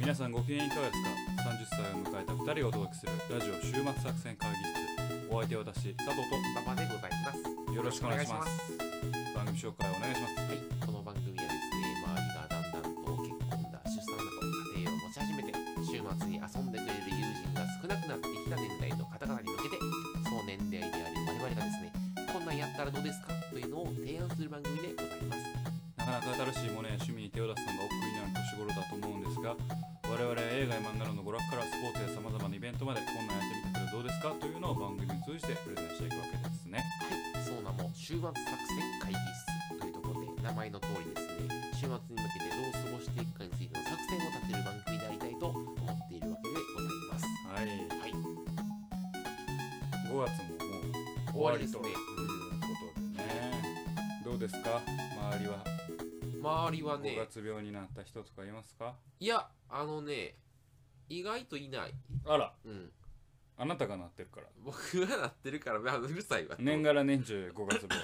いかがですか30歳を迎えた2人がお届けするラジオ週末作戦会議室お相手は私佐藤馬場でございますとよろしくお願いします番組紹介お願いしますはいこの番組はですね周りがだんだんと結婚だ出産だと家庭を持ち始めて週末に遊んでくれる友人が少なくなってきた年代の方々に向けてそう年代である我々がですねこんなんやったらどうですかというのを提案する番組でございまなかなすか新しいものや趣味に手を出すのが億劫になる年頃だと思うんですが我々は映画や漫画などの娯楽からスポーツやさまざまなイベントまでこんなんやってみたけどどうですかというのを番組を通じてプレゼンしていくわけですねはいそう名も週末作戦会議室というところで名前の通りですね週末に向けてどう過ごしていくかについての作戦を立てる番組でありたいと思っているわけでございますはいはい5月ももう終わりです終ねわりということでねどうですか周りは周りは5ね月病になった人とかいますかいやあのね意外といないあらうんあなたがなってるから僕がなってるからまあうるさいわ年がら年中5月 病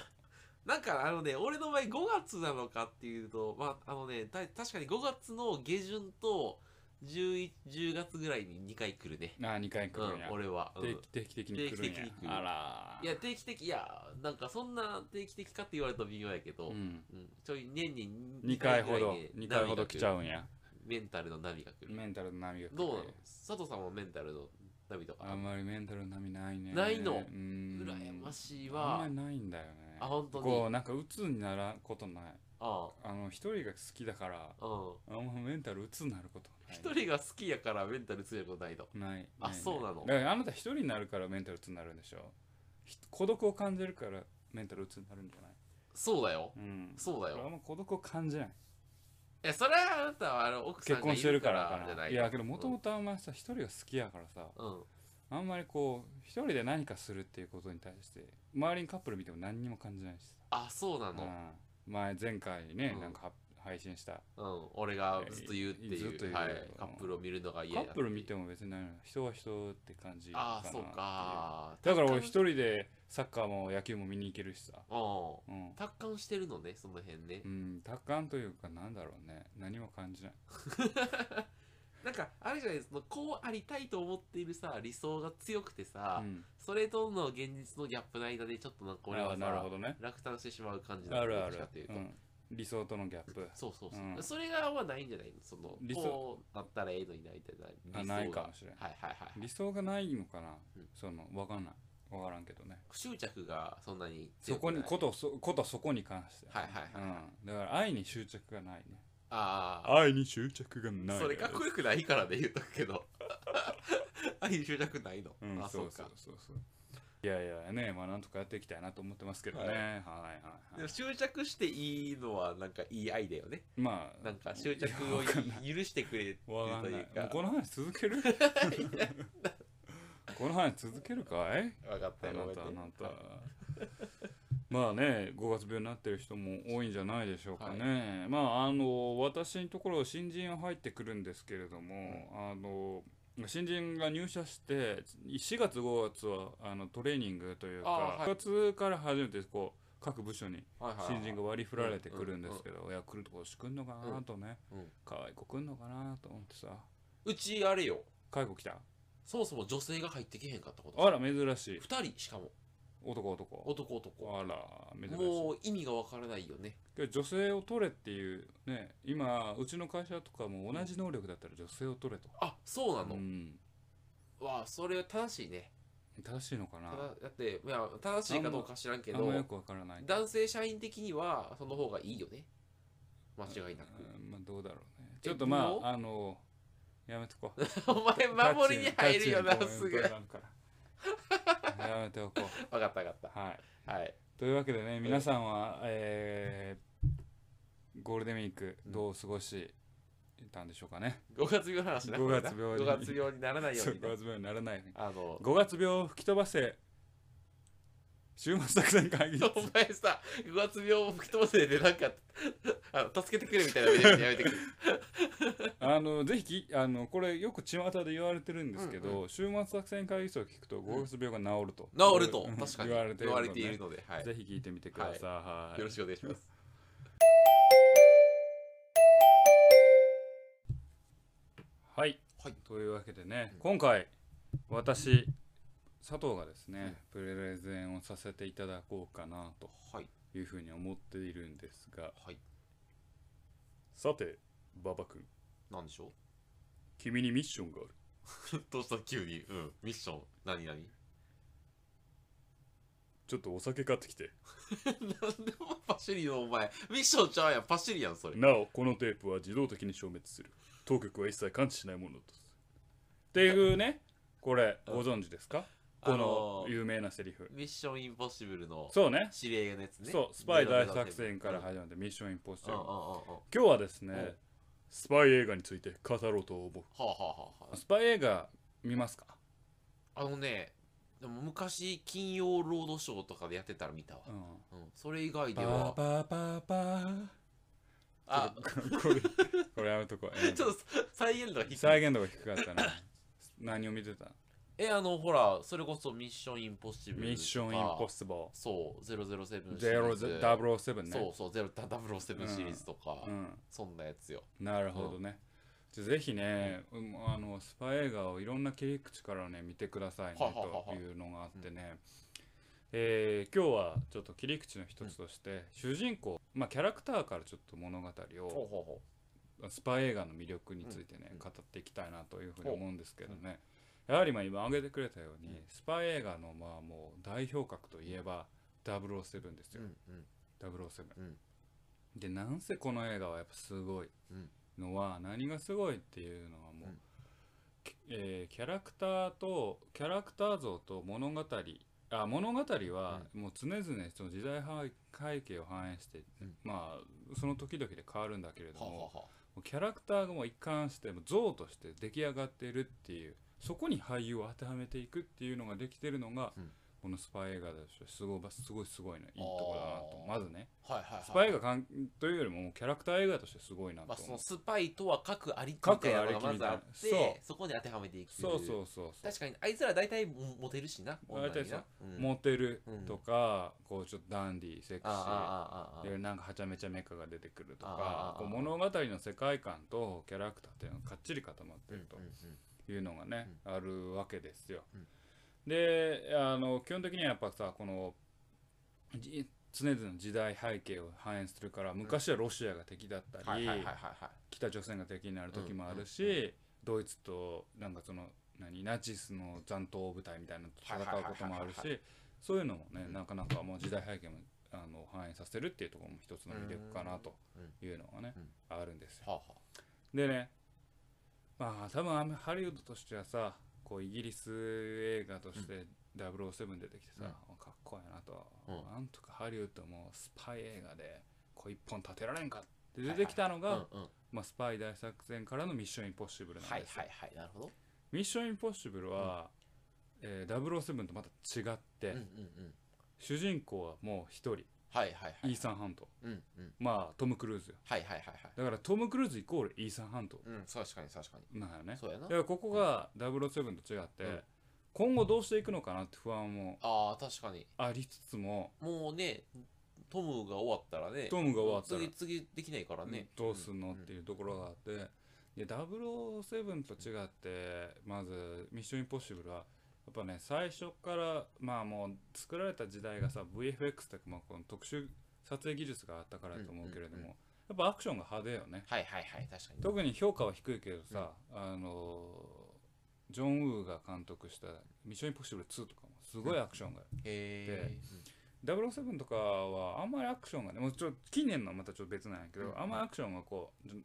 なんかあのね俺の場合5月なのかっていうとまああのねた確かに5月の下旬と 11, 10月ぐらいに2回来るねなあ2回来うるんんや、俺は、うん定期定期的に来るんや定期的に来るあらいや定期的いやなんかそんな定期的かって言われると微妙やけど、ううんん、ちょい年に2回ほど2 2回ほど来ちゃううんやメンタルの波が来るメンタルの波が来るどうなの佐藤さんもメンタルの波とかあんまりメンタルの波ないねないのうーん羨ましいあんまわりないんだよねあ本当にこうなんか鬱にならんことないああの一人が好きだからあうんあんまメンタル鬱になることない一人が好きやからメンタル強いことないのないないあないそうなのだからあなた一人になるからメンタル鬱になるんでしょひ孤独を感じるからメンタル鬱になるんじゃないそうだようんそうだ俺はあよんま孤独を感じないいやそれはあなたはあの奥さ結んが婚いしてるるかかららかじゃなないいやけどもともとあんまさ一人が好きやからさうんうんあんまりこう一人で何かするっていうことに対して周りにカップル見ても何にも感じないしさあそうなうのん前前回ね、うんなんかは配信したうん俺がずっと言うってずっと言いううはういんカップルを見るのが嫌カだップル見ても別に何も人は人って感じああなそうかだから俺一人でサッカーも野球も見に行けるしさううんん、達観してるのねその辺ねうん、達観というかなんだろうね何も感じないなんかあれじゃないですかこうありたいと思っているさ理想が強くてさ、うん、それとの現実のギャップの間でちょっとなんか俺あはあさなるほどね落胆してしまう感じなあのるどあっるちかという、と、うん、理想とのギャップそうそうそう、うんそれがはないんじゃないのその理想こうなったらええのになみたいな理想があないかもしれんはいはいはいはい理想がないのかな、うんその分かんない分からんけどね執着がそんなにそ強こくないにことそことそこに関してはいはいはいうん、だから愛に執着がないねあ愛に執着があないそれかっこよくないからね言うとくけど 愛に執着ないの、うんあそそううそかうそうそういやいやねまあなんとかやっていきたいなと思ってますけどね、はいはい、はいではもい執着していいのはなんかいい愛だよねまあなんか執着いやをわかんないい許してくれるとわかんないいうもうか この話続けるこの話続けるかい分かっあたなよごめんねたあなた まあね5月病になってる人も多いんじゃないでしょうかね、まああの私のところ新人は入ってくるんですけれども、あの新人が入社して4月5月はあのトレーニングというか、あはい4月から初めてこう各部署にはいはいはい新人が割り振られてくるんですけど、いや来るとこし来んのかなとね、うんうん可愛い子来んのかなと思ってさうちあれよ介護来たそもそも女性が入ってけへんかったことあら珍しい2人しかも男男男男あら珍しいもう意味がわからないよねけど女性を取れっていうね今うちの会社とかも同じ能力だったら女性を取れと、あそうなの、うん、わあそれは正しいね正しいのかたなだだっていや正しいかどうか知らんけあんどまよくわからない男性社員的にはその方がいいよね間違いなくうんまあどうだろうねちょっとまどうああのやめとこうお前 守りに入るよなタッチすにぐコメント分があるから やめておこうかった分かったはいはいというわけでね皆さんは、えーゴールデンウィークどう過ごしていたんでしょうかね、 5月病の話な五月病に5月病にならないよ そううに5ね月病にならないようにあの5月病を吹き飛ばせ週末作戦会議室お前さ、5月病を吹き飛ばせでなんかあの助けてくれみたいな目で見てやめてくれ。あのぜひきあのこれよく巷で言われてるんですけど、週末作戦会議室を聞くと5月病が治ると、治るとうん確かに言われて言るわのれでているので、はい、ぜひ聞いてみてください、はいよろしくお願いします。はいはいというわけでね、うん今回私佐藤がですうんね、プレゼンをさせていただこうかなとはいいうふうに思っているんですがはいさて馬場君なんでしょ君にミッションがあるう どうした急にうんミッション何何ちょっとお酒買ってきて なんでお前パシリのお前ミッションちゃうやんパシリやんそれなおこのテープは自動的に消滅する当局は一切感知しないものとするっていうねこれうんご存知ですかあこのーの有名なセリフミッションインポッシブルのそうね指令のやつねそうスパイ大007作戦から始まってミッションインポッシブうんルうんうんうんは今日はですうねんスパイ映画について語ろうと思うあはあはあはあスパイ映画見ますか、あのね、でも昔、金曜ロードショーとかでやってたら見たわ。うん、うん、それ以外でパーは。パーパーパーあ、これ これやるとこ やめちとょこっと再現度が低い。再現度が低かったな何を見てたえ、あの、ほら、それこそミッションインポッシブル。ミッションインポッシシブルそう、007シリーズ。 007ねそうそう、0 007シリーズとか、うん、そんなやつよ。なるほどね。じゃあぜひね、うんあのスパイ映画をいろんな切り口からね見てくださいねははははというのがあってね、えー今日はちょっと切り口の一つとして、主人公、まあ、キャラクターからちょっと物語ほうをほうほスパイ映画の魅力についてね、うん語っていきたいなというふうに思うんですけどね、やはりまあ今挙げてくれたように、うんスパイ映画のまあもう代表格といえば007ですう。よう、んうん。 007、うんでなんせこの映画はやっぱすごいうんのは、何がすごいっていうのはもう、うんきえーキャラクターとキャラクター像と物語あ物語はもう常々その時代背背景を反映して、うんまあその時々で変わるんだけれどはもあはあはもうキャラクターがもう一貫してもう像として出来上がっているっていうそこに俳優を当てはめていくっていうのができてるのが、うんこのスパイ映画だしすごいすごいすごいねいいとこだなとあまーずねあ。はいはいはい。スパイ映画かんというよりももうキャラクター映画としてすごいなとまあ、思う、そのスパイとは各ありきみたいなのがまずあっ各ありきみたいなて、そこに当てはめていく。そうそうそうそう確かにあいつら大体モモテるしな大体そう女になうんモテるとか、こうちょっとダンディーセクシああーああああでなんかはちゃめちゃメカが出てくるとかああこう物語の世界観とキャラクターっていうのがかっちり固まってうんうるんというのがね、あるわけですよ。うんであの基本的にはやっぱさこのじ常々の時代背景を反映するから昔はロシアが敵だったり、はいはいはいはいはい北朝鮮が敵になる時もあるし、うんうんうドイツとなんかその何ナチスの残党部隊みたいなのと戦うこともあるはいはいはいはいはしそういうのもね、うんなかなかもう時代背景もあの反映させるっていうところも一つの魅力かなというのがね、あるんですよ。はあはあでねまあ多分あのハリウッドとしてはさこうイギリス映画として007出てきてさ、かっこいいなと、うんなんとかハリウッドもスパイ映画でこう一本立てられんかって出てきたのが、うんうんまあ、スパイ大作戦からのミッションインポッシブルなんですはいよ、はいはいなるほどミッションインポッシブルは、えー、007とまた違って、うんうんうん主人公はもう一人、はいはいはいイーサン・ハントうんうんまあトム・クルーズよはいはいはいはいだからトム・クルーズイコールイーサン・ハントうん確かに確かになんよねそうやなだからここが007と違って、うん今後どうしていくのかなって不安もああ確かにありつつももうねトムが終わったらねトムが終わったら次次できないからねどうすんのっんていうところがあって、で007と違ってまず「ミッションインポッシブル」はやっぱね最初からまあもう作られた時代がさ VFX とかまあこの特殊撮影技術があったからだと思うけれども、うんうんうんやっぱアクションが派手よねはいはいはい確かに特に評価は低いけどさ、あのジョン・ウーが監督した「ミッションインポッシブル2」とかもすごいアクションがある、へ007とかはあんまりアクションがねもうちょっと近年のはまたちょっと別なんやけど、うんあんまりアクションがこうじ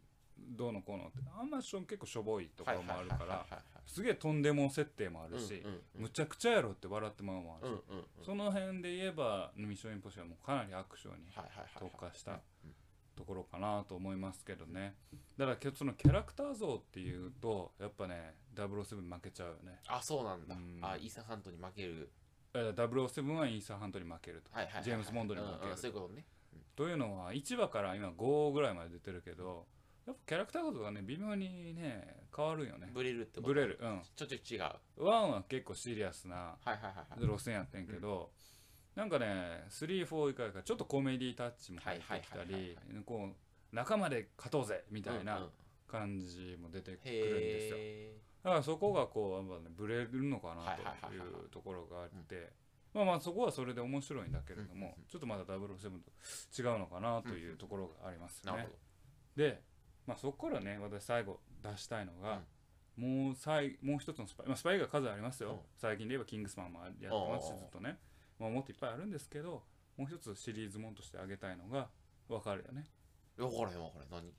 どうのこうのってあんまり結構しょぼいえところもあるから、はいすげえとんでも設定もあはいはいるはいし、うんうんむちゃくちゃやろって笑ってまうのもあうるんし、うんうんその辺で言えば「ミッション・インポッシブル」はもうかなりアクションにはいはいはいはい特化したうんところかなと思いますけどねだからきょそのキャラクター像っていうとやっぱね007負けちゃうよねあそうなんだうんあイーサンハントに負けるえー007はイーサン・ハントに負けると、はいはいはいジェームズ・ボンドに負うんけうるんそういうことねというのは1話から今5ぐらいまで出てるけどやっぱキャラクターとかね微妙にね変わるよねブレるってことブレるうんちょちょ違うはい1は結構シリアスなはいはいはい路線やってんけど、なんかね34以下やからちょっとコメディタッチも入ってきたはいはいはいりこう仲間で勝とうぜみたいな、うんうん感じも出てくるんですよ。へえだからそこがこうやっぱねブレるのかなはいはいはといいはいはうところがあって。まあまあそこはそれで面白いんだけれども、うんうんちょっとまだ007と違うのかなというところがありますね。なるほどで、まあ、そこからね私最後出したいのが、もうさいもう一つのスパイ、まあ、スパイが数ありますよ、うん最近で言えば「キングスマン」もやってますしああずっとね、まあ、もっといっぱいあるんですけどもう一つシリーズもんとしてあげたいのがわかるよね分からへん分からへん何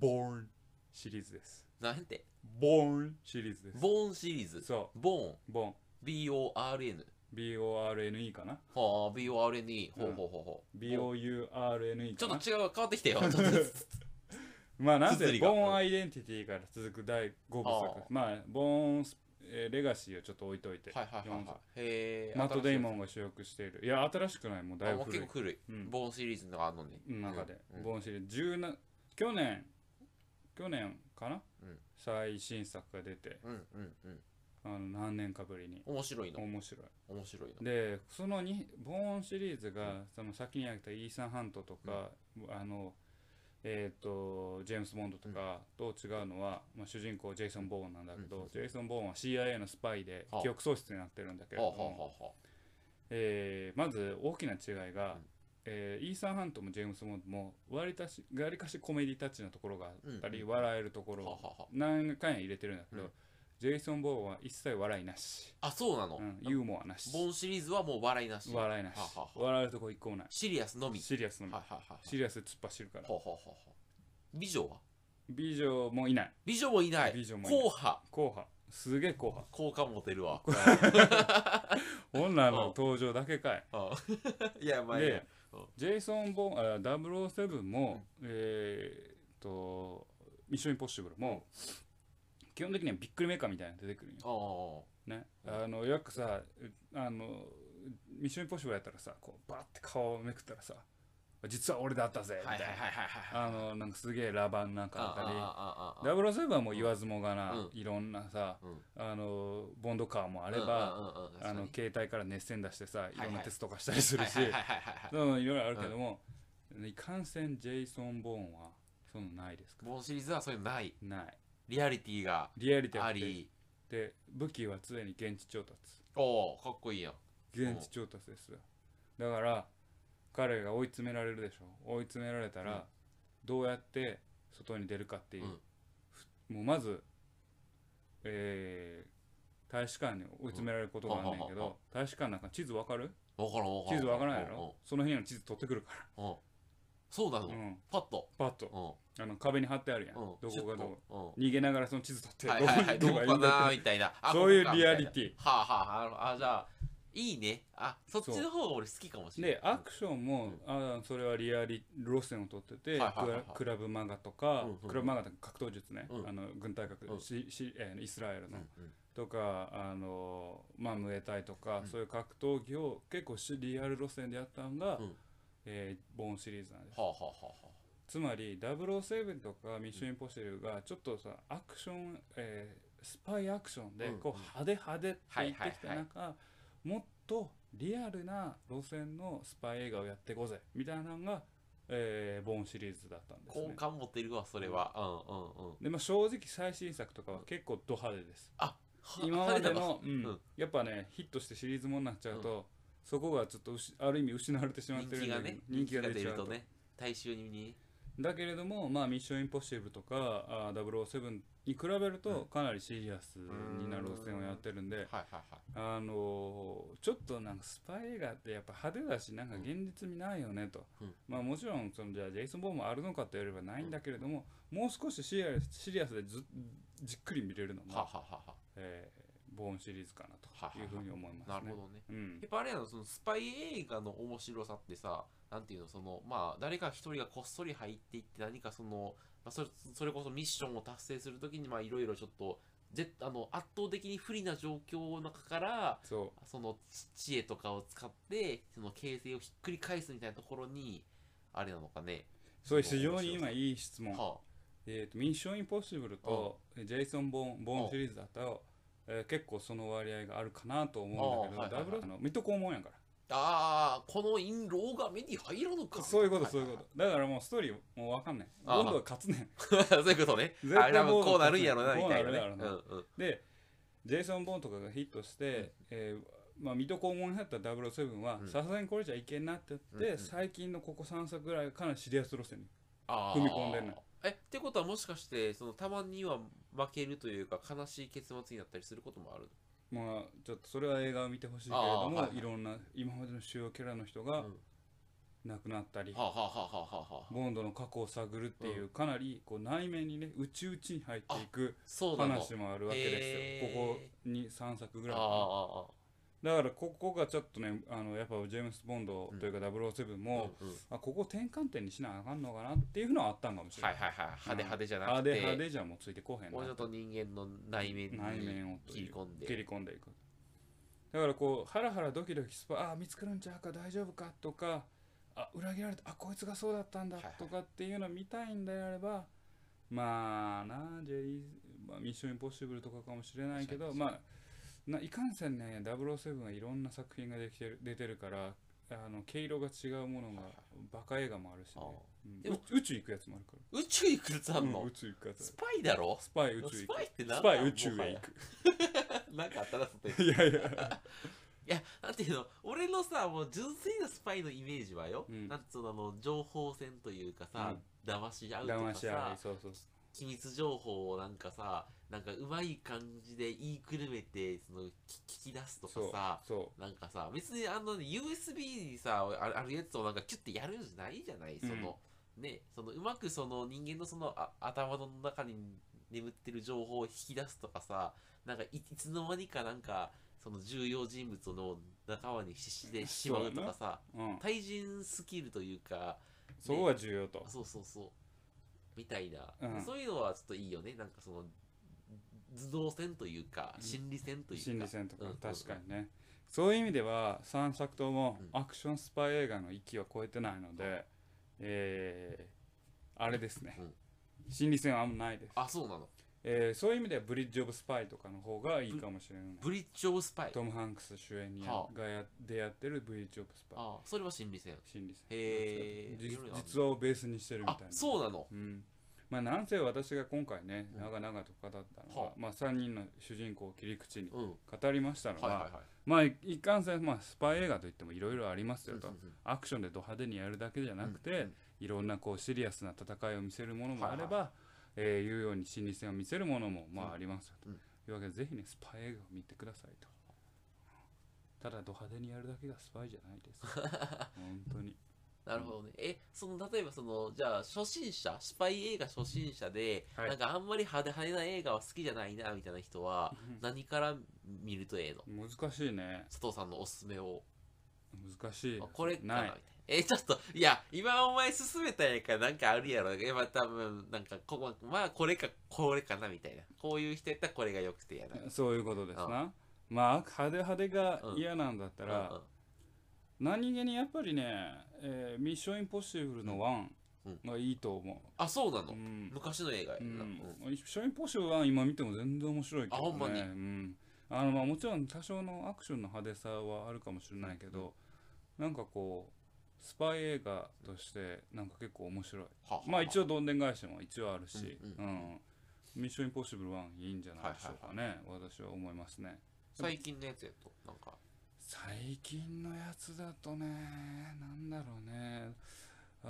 ボーンシリーズですなんてボーンシリーズですボーンシリーズそボーンうボーン BORN BORNE かなはあ BORNE ほうほうほうほう BOURNE ちかょなっと違う変わって きたよちょっとずつまあなん綴せりがボーンアイデンティティから続く第5部作ああまあボーンス、えーレガシーをちょっと置いといて、はいはいはい四作はいへえマット・デイモンンが主役しているいや新しくないもうだいぶあ古結い構古いうんボーンシリーズのがあるのね中で、うんボーンシリーズ10な去年去年かな、うん最新作が出てうんうんうんあの何年かぶりに面白いの面白面白いのいでそのにボーンシリーズが、その先にあったイーサン・ハントとか、あのえっ、とジェームス・ボンドとかと違うのは、まあ、主人公ジェイソン・ボーンなんだけど、うんジェイソン・ボーンは CIA のスパイではあ記憶喪失になってるんだけれはあどはも、あはあはえーまず大きな違いが、うんえーイーサン・ハントもジェームス・モンドもわりたしわりかしコメディタッチなところがあったり、うん笑えるとこあろはをあはあ何回か入れてるんだけど、うんジェイソン・ボーンは一切笑いなし、あそうなのうん、ユーモアなしボーンシリーズはもう笑いなし笑いなしはあはあはあ笑えるとこ一個もないシリアスのみシリアスのみ、はいはいはいはいシリアス突っ走るからほうほうほうほう美女は美女もいない美女もいない美女もいない硬派硬派すげえ硬派好感持 てるわ女の登場だけかいうん いやまあいいやで、ジェイソン・ボーン、あ007も、えーっと、ミッション・インポッシブルも、基本的にはびっくりメーカーみたいなの出てくるんよ。ああね。うんあの、よくさ、うあの、ミッション・インポッシブルやったらさ、こう、バーって顔をめくったらさ、実は俺だったぜ、みたはいいはいはいな。はいはいあの、なんかすげえラバンなんかだったり。あああああああ007はもう言わずもがな、うんいろんなさ、うんあの、ボンドカーもあれば、うんうんうんうんあの確か携帯から熱線出してさ、いろはんいなはいテストとかしたりするしにはいはいはいはいはいうん、いろいろあるけども、いかんせんジェイソン・ボーンはそのないですかボーンシリーズはそういうのないないリアリティがリアリティがあなくてりで武器は常に現地調達おおかっこいいやん現地調達ですよだから彼が追い詰められるでしょ追い詰められたうんらどうやって外に出るかっていう、うんもうまずえー大使館に追い詰められることがあんねんけうんははははど大使館なんか地図わかるわからんわからん地図わからんやろその日の地図取ってくるかうんうんそうなのら、うん、パッとパッとうあの壁に貼ってあるやん、んうんどこがどここ逃げながらその地図取って、はいはいはい、どこがかんだなっみたいな。あそういうここかリアリティみたいなはあはあはあ、あじゃあ、いいね。あ、そっちの方が俺好きかもしてれない。でアクションも、あそれはリアリ路線を取ってて、はいはいはいはいクラクラブマガとか、うんうんうんクラブマガとか格闘術ね、うんあの軍隊格闘、うんししえーイスラエルうの、んうんとかあのまあムエタイとか、うんそういう格闘技を結構しリアル路線でやったのが、うんえーボーンシリーズなんですはあはあはあはつまり007とかミッションインポッシブルがちょっとさアクション、えースパイアクションでうんこう派手派手って言ってきはたいはい中、もっとリアルな路線のスパイ映画をやっていこうぜみたいなのが、えーボーンシリーズだったんあ。です好ね。感持ってるわ、それは。うんうんうん。でまあ、正直最新作とかは結構ド派手です。あ、今までの、ううんんやっぱねヒットしてシリーズもんになっちゃうと、そこがちょっとうしある意味失われてしまってる人ん気でがね、人人気気がが出出ちゃるうととね、大衆に。だけれども、まあ、ミッションインポッシブルとかあー007に比べるとかなりシリアスになる路線をやってるんで、はいはいはい。あのーちょっとなんかスパイ映画ってやっぱ派手だしなんか現実味ないよねと、うんまあ、もちろんそのじゃあジェイソン・ボーンもあるのかと言えればないんだけれども、もう少しシリアスシリアスでずじっくり見れるのはあがは、あはあはえーボーンシリーズかなというふうに思いますね。あ。なるほどね。うんやっぱあれやの、そのスパイ映画の面白さってさ、なんていうの、その、まあ、誰か一人がこっそり入っていって、何かその、まあ、それそれこそミッションを達成するときに、まあ、いろいろちょっと、ぜあの圧倒的に不利な状況の中から、そうその知知恵とかを使って、その形勢をひっくり返すみたいなところに、あれなのかね。それ非常に今いい質問はえー、とミッション・インポッシブルとジェイソン・ボーンボーンシリーズだと、えー結構その割合があるかなと思うんだけど、あーはいはいはダいブルあの水戸黄門やからああこの印籠が目に入らぬかそういうことはそういうことだからもうストーリーもう分かんないあボあンドが勝つねん そういうことね。絶対あれはもうボーこうドなるんやろな、みこうたないなるね。やろうんなうん。でジェイソン・ボーンとかがヒットして、うんえーまあ、水戸黄門だった007はうんさすがにこれじゃいけんなって言って、うんうん最近のここ3作ぐらいがかなりシリアス路線に踏踏み込んでんのえ、ってことはもしかして、そのたまには負けるというか、悲しい結末になったりすることもある。まあちょっとそれは映画を見てほしいけれああども、いはいはいろんな今までの主要キャラの人うんがは亡くなったり、あはあはあはあはあはあ。ボンドの過去を探るっていう、かなりこう内面にね内々に入っていくそうなの。話もあるわけですよ、ここへに3作ぐあらいあかなあだからここがちょっとねあのやっぱジェームス・ボンドというか007あああ。も、うんうんあここ転換点にしなあかんのかなっていうのはあったんかもしれはないい、はいはい。派手派手じゃな派く手て、派手じゃもうついてこうへんもうちょなっと人間の内面に内面をと切いりう込ん切で。り込んでいくだからこうハラハラドキドキスパあー見つかるんちゃうか大丈夫かとかあ裏切られたあこいつがそうだったんだはいはいとかっていうのを見たいんであれば、まあなジェリー、まあ、ミッションインポッシブルとかかもしれないけど確かにまあないかんせんね007はいろんな作品ができてる出てるからあの毛色が違うものがはいはいバカ映画もあるし、ねああうんでも宇宇宙行くやつもあるから宇宙行くつあんうの宇宙行くやつあスるパイだろスパイ宇宙行スくパイってス何パなイの宇宙へ行く く。なんか新しい。いやいやいや、なんていうの、俺のさ、もう純粋なスパイのイメージはよ、うんなんつうの、あの、情報戦というかさ、騙し合うとか騙し合さい、そうそうそう機密情報をなんかさ、なんかうまい感じで言いくるめて、その、聞聞き出すとかさ、そなんかさ、別にあの、USB にさ、ああるやつをなんかキュッてやるんじゃないじゃない、その、ね、その、うまくその人間のそのあ頭の中に眠ってる情報を引き出すとかさ、なんかいいつの間にかなんか、その重要人物の仲間 にししてしまうとかさ、う、うん、対人スキルというか、そこが重要とあそうそうそう、みたいな、うんそういうのはちょっといいよね、なんかその、頭脳戦というか、うん心理戦というか。心理戦とかうんうん確かにねそういう意味では3作ともうんアクションスパイ映画の域は超えてないのでえーあれですねうん心理戦はあんまないですあ、そうなの。えーそういう意味ではブリッジ・オブ・スパイとかの方がいいかもしれないブリッジ・オブ・スパイ。トム・ハンクス主演にやはがやでやってるブリッジ・オブ・スパイあそれは心理戦。心理戦へー実いろいろある実話をベースにしてるみあたいなそうなの。うんまあなんせ私が今回ねうん長々と語ったのははあまあ3人の主人公を切り口にうん。語りましたのはいははいはい。まあいいかんせん、まあ、スパイ映画といってもいろいろありますよと、うんうんうんアクションでド派手にやるだけじゃなくて、うんうんいろんなこうシリアスな戦いを見せるものもあれば、はいえーいうように心理戦を見せるものもまうんあありますよと、うんいうわけでぜひねスパイ映画を見てくださいとただド派手にやるだけがスパイじゃない です本当になるほどね。え、その、例えばその、じゃあ、初心者、スパイ映画初心者で、はいなんかあんまり派手派手な映画は好きじゃないな、みたいな人は、何から見るとええの難しいね佐藤さんのおすすめを。難しいあこれかななみいたいな。え、ちょっと、いや、今お前進めたんやから、なんかあるやろ。え、まあ、多分なんかこ、こまあ、これか、これかな、みたいな。こういう人やったらこれが良くてやな。そういうことですなまあ派手派手が嫌なんだったら、うんうん何気にやっぱりね、えーミッションインポッシブルの1がいいと思あ、そうなう。の、うん。昔の映画やうな。うんんミッションインポッシブル1今見ても全然面白いけど、ね。あほんまにうん。あの、まあもちろん多少のアクションの派手さはあるかもしれないけど、なんかこう、スパイ映画としてなんか結構面白い。はまあ応一応どんでん返しも一応あるし、ううんんうんミッションインポッシブル1いいんじゃないでしょうかね。私は思いますね。最近のやつやと、なんか、最近のやつだとねなんだろうね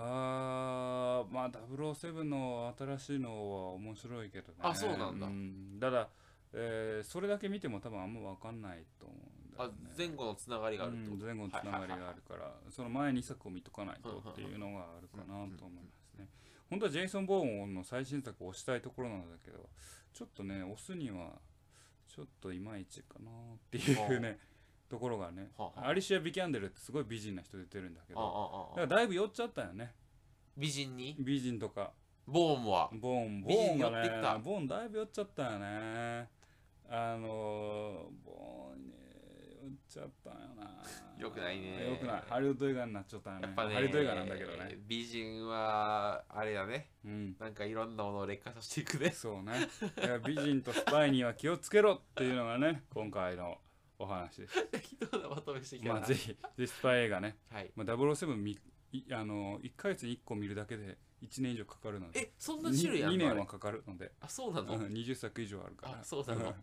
あーまあ007の新しいのは面白いけどねあそうなんだただ、えーそれだけ見ても多分あんま分かんないと思うんだあよね前後のつながりがあるってうこんと、前後のつながりがあるから、その前2作を見とかないとっていうのがあるかなと思いますね。本当はジェイソン・ボーンの最新作を推したいところなんだけど、ちょっとね、推すには、ちょっといまいちかなっていうね、ところがね、はあはあアリシア・ビキャンデルってすごい美人な人出てるんだけああど、だあかああらだいぶ酔っちゃったよね、美人に美人とか。ボーンはボーン、ボ美人ーンに寄がってきたね、ボーンだいぶ寄っちゃったよね。あのー、ボーンに寄っちゃったよ な。良くないねよくない。ハリウッド映画になっちゃったよね。やっぱねハリウッド映画なんだけどね。美人はあれだねうん。なんかいろんなものを劣化させていくね そうね。いや美人とスパイには気をつけろっていうのがね、今回のお話でし適当なまとめしてきた。たな まあぜひ、ぜひスパイ映画ね、 はいまあ、007みいあの1ヶ月に1個見るだけで1年以上かかるのでえそんな種類あ2んのあ年れはかかるので、あそうなうん、の20作以上あるからあそうなの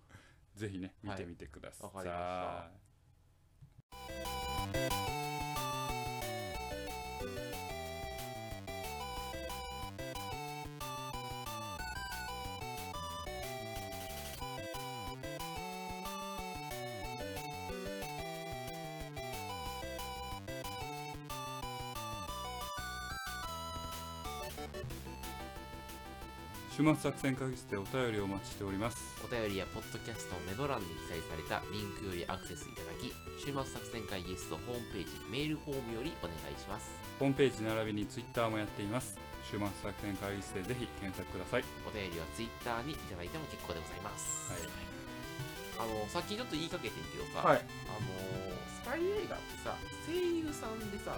ぜひね見てみてください。はいわかりました週末作戦会議室でお便りをお待ちしております。お便りやポッドキャストのメモ欄に記載されたリンクよりアクセスいただき週末作戦会議室のホームページメールフォームよりお願いしますホームページ並びにツイッターもやっています。週末作戦会議室でぜひ検索ください。お便りは Twitter にいただいても結構でございます、はいあのさっきちょっと言いかけてんけどさ、はいあのスパイ映画ってさ声優さんでさ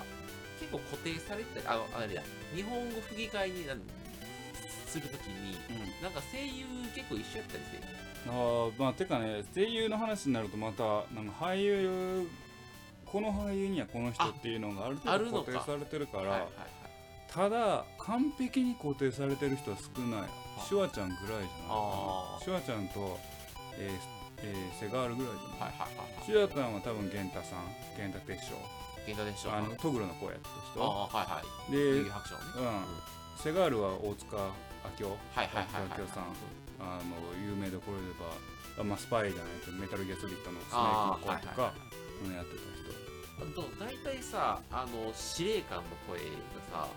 結構固定されてたあのあれだ日本語吹き替えになんするときにうん、なんか声優結構一緒やったりしてあーまあてかね声優の話になるとまたなんか俳優この俳優にはこの人っていうのがあるああ程る度の固か定されてるからはいはいただ完璧に固定されてる人は少ないあシュワちゃんぐらいじゃあないーシュワちゃんと、えーえーセガールぐらいじゃない、はいはいはいはいシュワちゃんは多分源太さん源太鉄喧嘩でし章ょあのトグロの声やったあ人あはいはいで、うん遊セ戯、白書ねガールは大塚明夫はいはいはいはい大塚明夫さんあの有名どころで言えばあまあ、スパイじゃないけどメタルギアソリッドのスネーあクあのは声とか、うんいはいはいやってた人あと大体さあの司令官の声がさ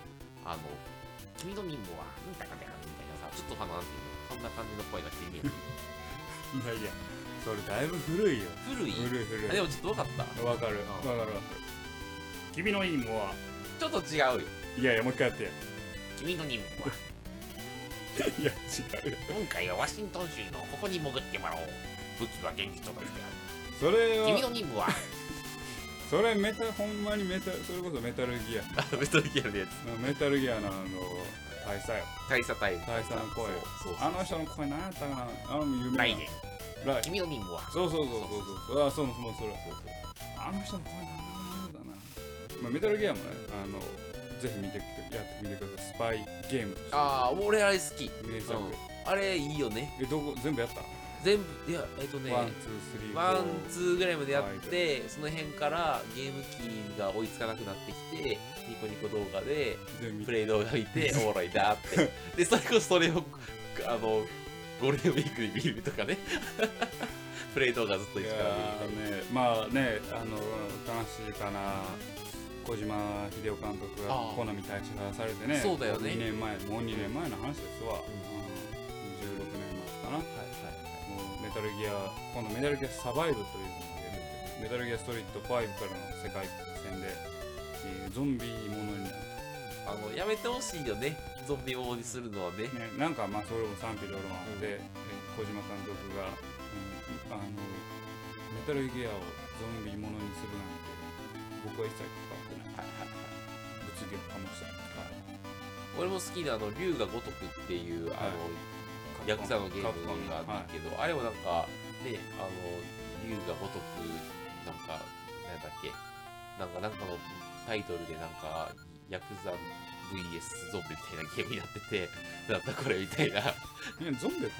あの「君の任務はなんだかだよ」みたいなさちょっとあのなんていうのそんな感じの声がし てみるいやいやそれだいぶ古いよ古い古い古いあでもちょっと分かったわかるわうんかるわかる君の任務はちょっと違う よいやいやもう一回やって「君の任務はいや違うよ今回はワシントン州のここに潜ってもらおう」武器は元気とかしてあそれる君はの任務はそれメタほんまにメタそれこそメタルギアメトルギアのやつうんメタルギアのあの大佐よ大佐大大佐の声そうそうそうあの人の声何やったかなあの有名なライデンライ君の任務はそうそうそうそうそうあそうそうそれそうそうあの人の声なだな、まあ、メタルギアもねあのぜひ見てくやってみてくださいスパイゲームああ俺あれ好き名作、うんあれいいよねえどこ全部やった全部いやえっとねワンツースリーワンフツーぐらいまでやってその辺からゲーム機が追いつかなくなってきてニコニコ動画でォー全部見プてレイ動画見 ておもろいなってでそれこそそれをあのゴールデンウィークに見るとかね プレイ動画ずっとい一やから見るーねまあねあの悲しいかな小島秀夫監督があーコナミ退社されてねそうだよね2年前もう2年前の話ですわ、んうん、16年前かなはいはいもうメタルギア今度メタルギアサバイブというのをやるんでメタルギアストリート5からの世界戦で、えーゾンビものになるはいあのやめてほしいよねゾンビものにするのはねね、なんかまあそれも賛否両論あって、え小島監督が、うんあのメタルギアをゾンビものにするなんて僕は一切関わってないはいはいはい物議を醸したりとか俺も好きなあの龍が如くっていうあの、はいヤクザのゲームカプコンがあるけど、あれもなんかねあの龍が如くなんかなんだっけなんかなんかのタイトルでなんかヤクザ VS ゾンビみたいなゲームになってて なんだこれみたいな ねゾンビを倒したいのか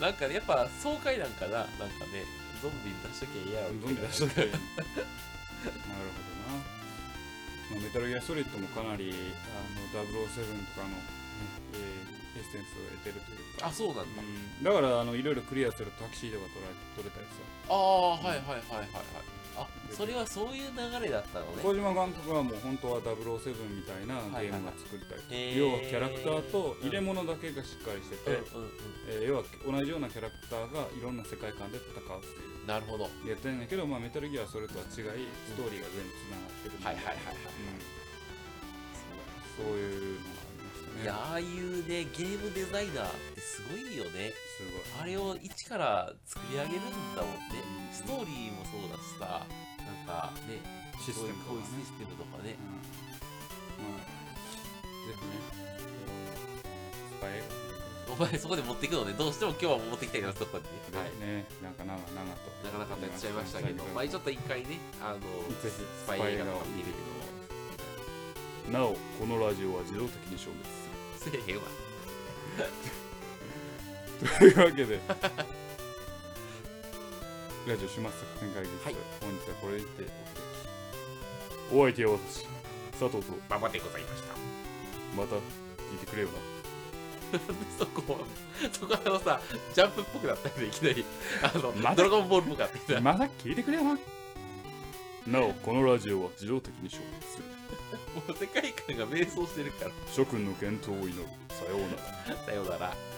ななんかねやっぱ爽快なんかななんかねゾンビ出しときゃ嫌やろみゾンたいビな出しとけなるほどな、まあ、メタルギアソリッドもかなりあの007とかの、えーエッセンスを得てるというかあそうなんだ、うんだからあのいろいろクリアするとタキシードが取ら取れたりさああはいはいはいはいはいあそれはそういう流れだったのね小島監督はもう本当は007みたいなゲームを作りたい,、はいはいはい要はキャラクターと入れ物だけがしっかりしてて、うんえーうんう要は同じようなキャラクターがいろんな世界観で戦うっていんなるほどはうやってるんだけど、まあ、メタルギアはそれとは違いストーリーが全部つながってるみたいはいいなはいはいうんそういうのがありましたねいやああいうねゲームデザイナーってすごいよねすごいあれを一から作り上げるんだもんねストーリーもそうだしさなんかねシステムとこかういうねこういうシステムとかねうんまあぜひねスパイ映画見てくださいわお前そこで持っていくのねどうしても今日は持ってきたいなそこにね、はい、ねなんか長々となかなかやっちゃいましたけどまあちょっと一回ねあのぜひスパイ映画とか見るけどなおこのラジオは自動的に消滅けどせえへんわするというわけで ラジオ始末作戦会議室、はい本日はこれにてお開きお相手は私佐藤とババでございましたまた聞いてくれよな そこはそこはあのさジャンプっぽくなったよねいきなりあの、まだドラゴンボールっぽくなって きたまだ聞いてくれよななおこのラジオは自動的に消滅するもう世界観が迷走してるから諸君の健闘を祈るさようならさようなら